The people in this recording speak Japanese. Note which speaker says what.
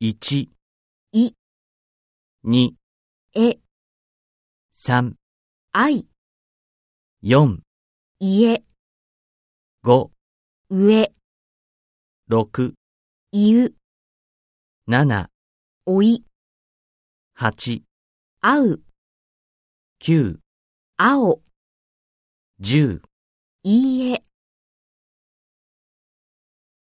Speaker 1: 1、
Speaker 2: い、
Speaker 1: 2、
Speaker 2: え、
Speaker 1: 3、
Speaker 2: あい、
Speaker 1: 4、
Speaker 2: いえ、
Speaker 1: 5、
Speaker 2: うえ、
Speaker 1: 6、
Speaker 2: いう、
Speaker 1: 7、
Speaker 2: おい、
Speaker 1: 8、
Speaker 2: あう、
Speaker 1: 9、
Speaker 2: あお、
Speaker 1: 10
Speaker 2: いいえ。